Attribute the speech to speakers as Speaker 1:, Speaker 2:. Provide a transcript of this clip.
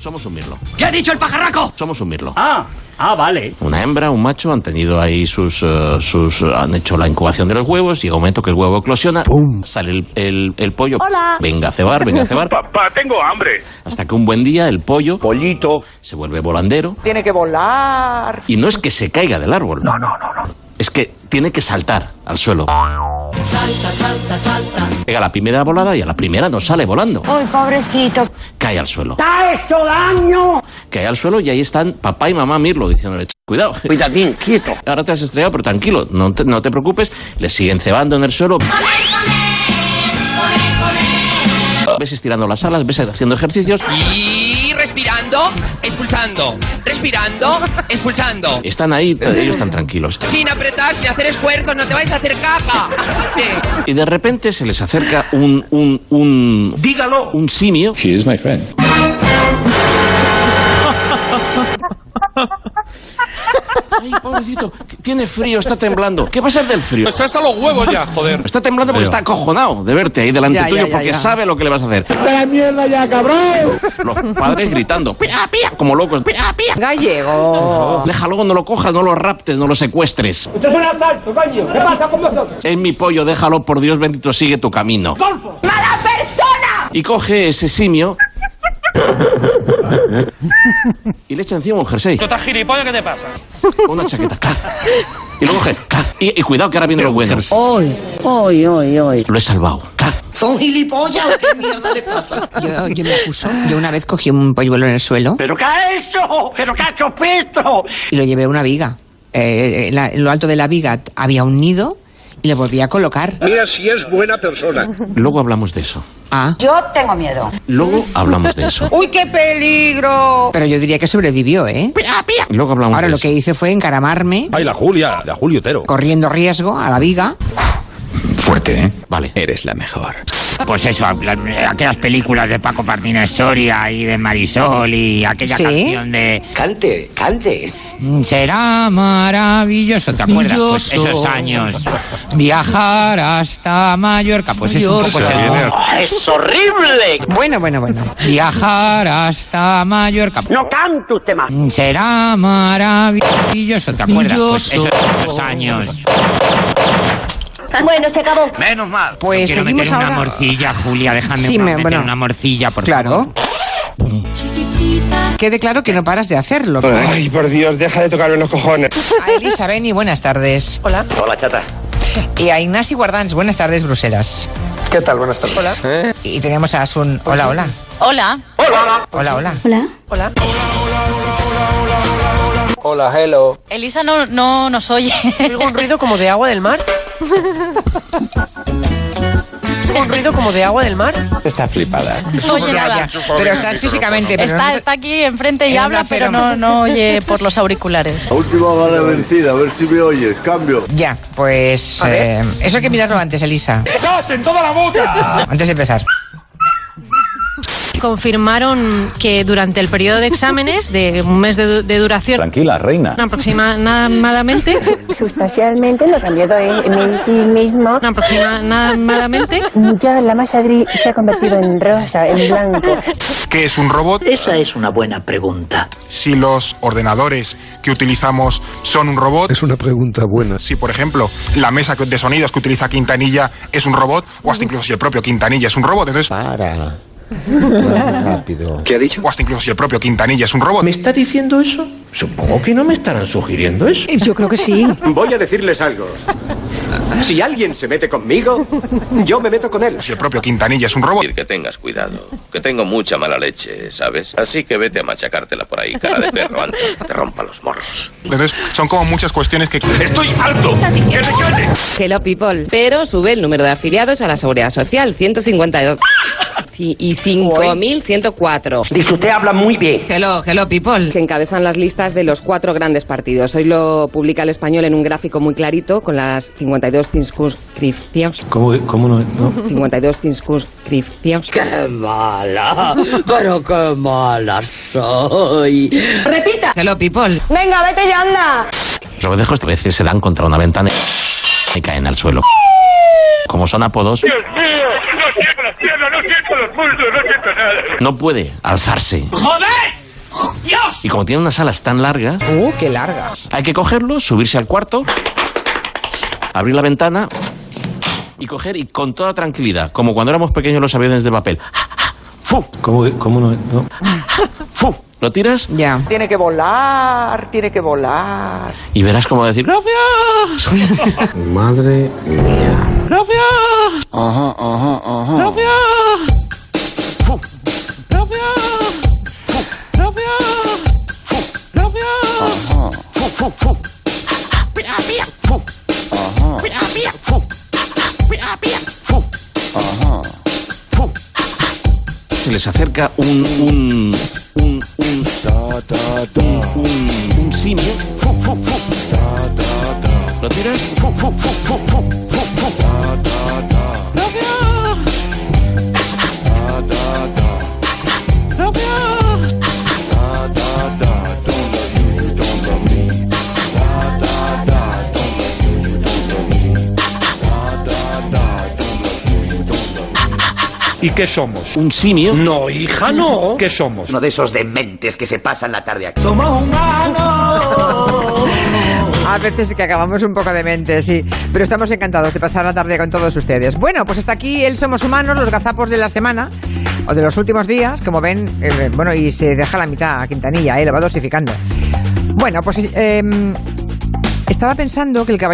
Speaker 1: Somos un mirlo.
Speaker 2: ¿Qué ha dicho el pajarraco?
Speaker 1: Somos un mirlo.
Speaker 3: Ah, ah, vale.
Speaker 1: Una hembra, un macho han tenido ahí sus, eh, sus. Han hecho la incubación de los huevos. Llega un momento que el huevo eclosiona. ¡Pum! Sale el, el- el pollo.
Speaker 4: Hola.
Speaker 1: Venga a cebar, venga a cebar.
Speaker 5: Papá, tengo hambre.
Speaker 1: Hasta que un buen día el pollo
Speaker 6: Pollito.
Speaker 1: se vuelve volandero.
Speaker 7: Tiene que volar.
Speaker 1: Y no es que se caiga del árbol. No, no, no, no. Es que tiene que saltar al suelo.
Speaker 2: Salta, salta, salta.
Speaker 1: Pega la primera volada y a la primera no sale volando.
Speaker 4: Uy, pobrecito.
Speaker 1: Cae al suelo.
Speaker 3: ¡Ha hecho daño!
Speaker 1: Cae al suelo y ahí están papá y mamá Mirlo diciéndole, "Ch, cuidado.
Speaker 3: Cuidadín, Pues quieto.
Speaker 1: Ahora te has estrellado, pero tranquilo, no te, no te preocupes. Le siguen cebando en el suelo. Ves estirando las alas, ves haciendo ejercicios.
Speaker 2: Y respirando, expulsando, respirando, expulsando.
Speaker 1: Están ahí, t- ellos están tranquilos.
Speaker 2: Sin apretar, sin hacer esfuerzos, no te vais a hacer caca. Agárrate.
Speaker 1: Y de repente se les acerca un, un, un,
Speaker 5: Dígalo.
Speaker 1: un simio
Speaker 6: She is my friend.
Speaker 1: Ay, pobrecito, que tiene frío, está temblando. ¿Qué va a ser del frío?
Speaker 5: Está Pues hasta los huevos ya, joder.
Speaker 1: Está temblando porque está acojonado de verte ahí delante
Speaker 7: Ya,
Speaker 1: tuyo
Speaker 7: ya, ya,
Speaker 1: porque
Speaker 7: ya.
Speaker 1: sabe lo que le vas a hacer. Los padres gritando, "Pia, pia", como locos. "Pia, pia".
Speaker 7: Gallego.
Speaker 1: Déjalo, no lo cojas, no lo raptes, no lo secuestres.
Speaker 8: Esto es un asalto, coño. ¿Qué pasa con vosotros?
Speaker 1: Es mi pollo, déjalo, por Dios bendito, sigue tu camino.
Speaker 8: ¡Golfo!
Speaker 1: Y coge ese simio y le echa encima un jersey,
Speaker 5: ¿No estás gilipollas? ¿Qué te pasa?
Speaker 1: una chaqueta. ¡clac! Y lo coge. ¡clac! Y, y cuidado que ahora viene lo bueno.
Speaker 4: Hoy, hoy, hoy, hoy.
Speaker 1: Lo he salvado. ¡clac!
Speaker 7: ¿Son gilipollas? ¿Qué mierda le pasa? Yo, yo me acuso. Yo una vez cogí un polluelo en el suelo
Speaker 3: ¿Pero qué ha hecho? ¿Pero qué ha hecho Petro?
Speaker 7: y lo llevé a una viga. Eh, en, la- en lo alto de la viga había un nido y le volví a colocar.
Speaker 9: Mira si es buena persona.
Speaker 1: Luego hablamos de eso.
Speaker 7: Ah,
Speaker 4: Yo tengo miedo.
Speaker 1: Luego hablamos de eso.
Speaker 7: ¡Uy, qué peligro! Pero yo diría que sobrevivió, ¿eh?
Speaker 1: Luego hablamos
Speaker 7: Ahora
Speaker 1: de
Speaker 7: lo
Speaker 1: eso.
Speaker 7: que hice fue encaramarme,
Speaker 9: Ay, la Julia, la Julio Otero.
Speaker 7: corriendo riesgo, a la viga.
Speaker 10: Fuerte, ¿eh?
Speaker 1: Vale.
Speaker 10: Eres la mejor.
Speaker 3: Pues eso, la- aquellas películas de Paco Martínez Soria y de Marisol y aquella
Speaker 7: Sí.
Speaker 3: canción de
Speaker 6: Cante, cante.
Speaker 3: Será maravilloso, ¿te acuerdas? Pues esos años. Viajar hasta Mallorca, pues es un poco ese-
Speaker 2: Es
Speaker 9: Eh.
Speaker 2: horrible.
Speaker 7: Bueno, bueno, bueno.
Speaker 3: Viajar hasta Mallorca. Mm,
Speaker 2: No canto usted más.
Speaker 3: Será maravilloso, ¿te acuerdas? Pues esos, esos años.
Speaker 4: Bueno, se acabó.
Speaker 3: Menos mal.
Speaker 7: Pues
Speaker 3: Yo quiero meter
Speaker 7: seguimos
Speaker 3: una
Speaker 7: ahora.
Speaker 3: morcilla, Julia, déjame
Speaker 7: Sí,
Speaker 3: una-
Speaker 7: me-
Speaker 3: meter
Speaker 7: bueno.
Speaker 3: una morcilla, por favor.
Speaker 7: Claro. Quede claro que no paras de hacerlo.
Speaker 9: Ay, por Dios, deja de tocarme los cojones.
Speaker 7: A Elisa Beni, buenas tardes. Hola. Hola, chata. Y a Ignasi Guardans, buenas tardes, Bruselas.
Speaker 9: ¿Qué tal? Buenas tardes.
Speaker 7: Y tenemos a Asun. Hola, hola.
Speaker 4: Hola.
Speaker 7: Hola, hola.
Speaker 4: Hola.
Speaker 9: Hola, hello.
Speaker 4: Elisa no, no nos oye.
Speaker 8: Oigo un ruido como de agua del mar. un ruido como de agua del mar.
Speaker 10: Está flipada.
Speaker 4: No oye
Speaker 7: Ya,
Speaker 4: nada.
Speaker 7: ya. Pero estás físicamente. Pero
Speaker 4: Está,
Speaker 7: no-
Speaker 4: está aquí enfrente y
Speaker 7: En
Speaker 4: habla,
Speaker 7: Onda Cero.
Speaker 4: pero no, no oye por los auriculares.
Speaker 9: Última bala vencida, a ver si me oyes. Cambio.
Speaker 7: Ya, pues. eh, eso hay que mirarlo antes, Elisa.
Speaker 5: ¡Estás en toda la boca!
Speaker 7: Antes de empezar.
Speaker 8: Confirmaron que durante el periodo de exámenes, de un mes de, du- de duración,
Speaker 10: Tranquila, reina.
Speaker 8: aproximadamente,
Speaker 4: Sustancialmente lo cambió en sí mismo.
Speaker 8: aproximadamente,
Speaker 4: Ya la masa gris se ha convertido en rosa, en blanco.
Speaker 11: ¿Qué es un robot?
Speaker 2: Esa es una buena pregunta.
Speaker 11: Si los ordenadores que utilizamos son un robot. Es una pregunta buena. Si, por ejemplo, la mesa que- de sonidos que utiliza Quintanilla es un robot, o hasta incluso si el propio Quintanilla es un robot. Entonces,
Speaker 6: Para. Rápido.
Speaker 9: ¿Qué ha dicho?
Speaker 11: o hasta incluso si el propio Quintanilla es un robot.
Speaker 2: está diciendo eso? Supongo que no me estarán sugiriendo eso.
Speaker 8: yo creo que sí.
Speaker 9: Voy a decirles algo. Si alguien se mete conmigo, yo me meto con él.
Speaker 11: Si el propio Quintanilla es un robot.
Speaker 10: Que tengas cuidado. Que tengo mucha mala leche, ¿sabes? Así que vete a machacártela por ahí, cara de perro, antes que te rompa los morros.
Speaker 11: Entonces, son como muchas cuestiones que.
Speaker 5: ¡Estoy harto! ¡Que te calles!
Speaker 8: Hello people. Pero sube el número de afiliados a la seguridad social, 152 ci- y 5104.
Speaker 3: Dice, usted habla muy bien.
Speaker 8: Hello, hello people. Que encabezan las listas de los cuatro grandes partidos. Hoy lo publica el español en un gráfico muy clarito con las 52 circunscripciones.
Speaker 6: ¿Cómo, cómo no,
Speaker 8: 52 circunscripciones.
Speaker 2: mala, pero qué mala soy.
Speaker 4: Repita.
Speaker 8: Hello people.
Speaker 4: Venga, vete ya, anda.
Speaker 1: Los abejos a veces se dan contra una ventana y caen al suelo. Como son apodos,
Speaker 5: ¡Dios mío! No siento las piernas, no siento los pulsos, no siento nada.
Speaker 1: no puede alzarse.
Speaker 5: ¡Joder!
Speaker 1: Y como tiene unas alas tan largas.
Speaker 12: ¡Uh, qué largas!
Speaker 1: Hay que cogerlo, subirse al cuarto, abrir la ventana y coger y con toda tranquilidad, como cuando éramos pequeños los aviones de papel. ¡Fu!
Speaker 9: ¿Cómo, cómo no, no?
Speaker 1: ¡Fu! Lo tiras
Speaker 12: Ya.
Speaker 7: Tiene que volar, tiene que volar.
Speaker 1: y verás cómo decir gracias.
Speaker 9: Madre mía.
Speaker 1: Gracias.
Speaker 9: Ajá, ajá, ajá.
Speaker 1: Gracias. ¡Fu! Gracias. ¡Fu! Gracias. ¡Fu! Gracias. ¡Fu, fu, fu! ¡Fu! ¡Fu! ¡Fu! ¡Fu! Se les acerca un un un un un, un simio. ¡Fu, fu, fu! Lo tiras. ¡Fu, fu, fu, fu, fu, fu, fu! ¡Gracias! ¡Gracias!
Speaker 11: ¿Y qué somos?
Speaker 1: ¿Un simio?
Speaker 11: No, hija, no. ¿Qué somos?
Speaker 3: Uno de esos dementes que se pasan la tarde aquí.
Speaker 7: Somos humanos. A veces sí que acabamos un poco de mente, sí. Pero estamos encantados de pasar la tarde con todos ustedes. Bueno, pues hasta aquí el Somos Humanos, los gazapos de la semana o de los últimos días. Como ven, eh, bueno, y se deja la mitad a Quintanilla, eh, lo va dosificando. Bueno, pues eh, estaba pensando que el caballero.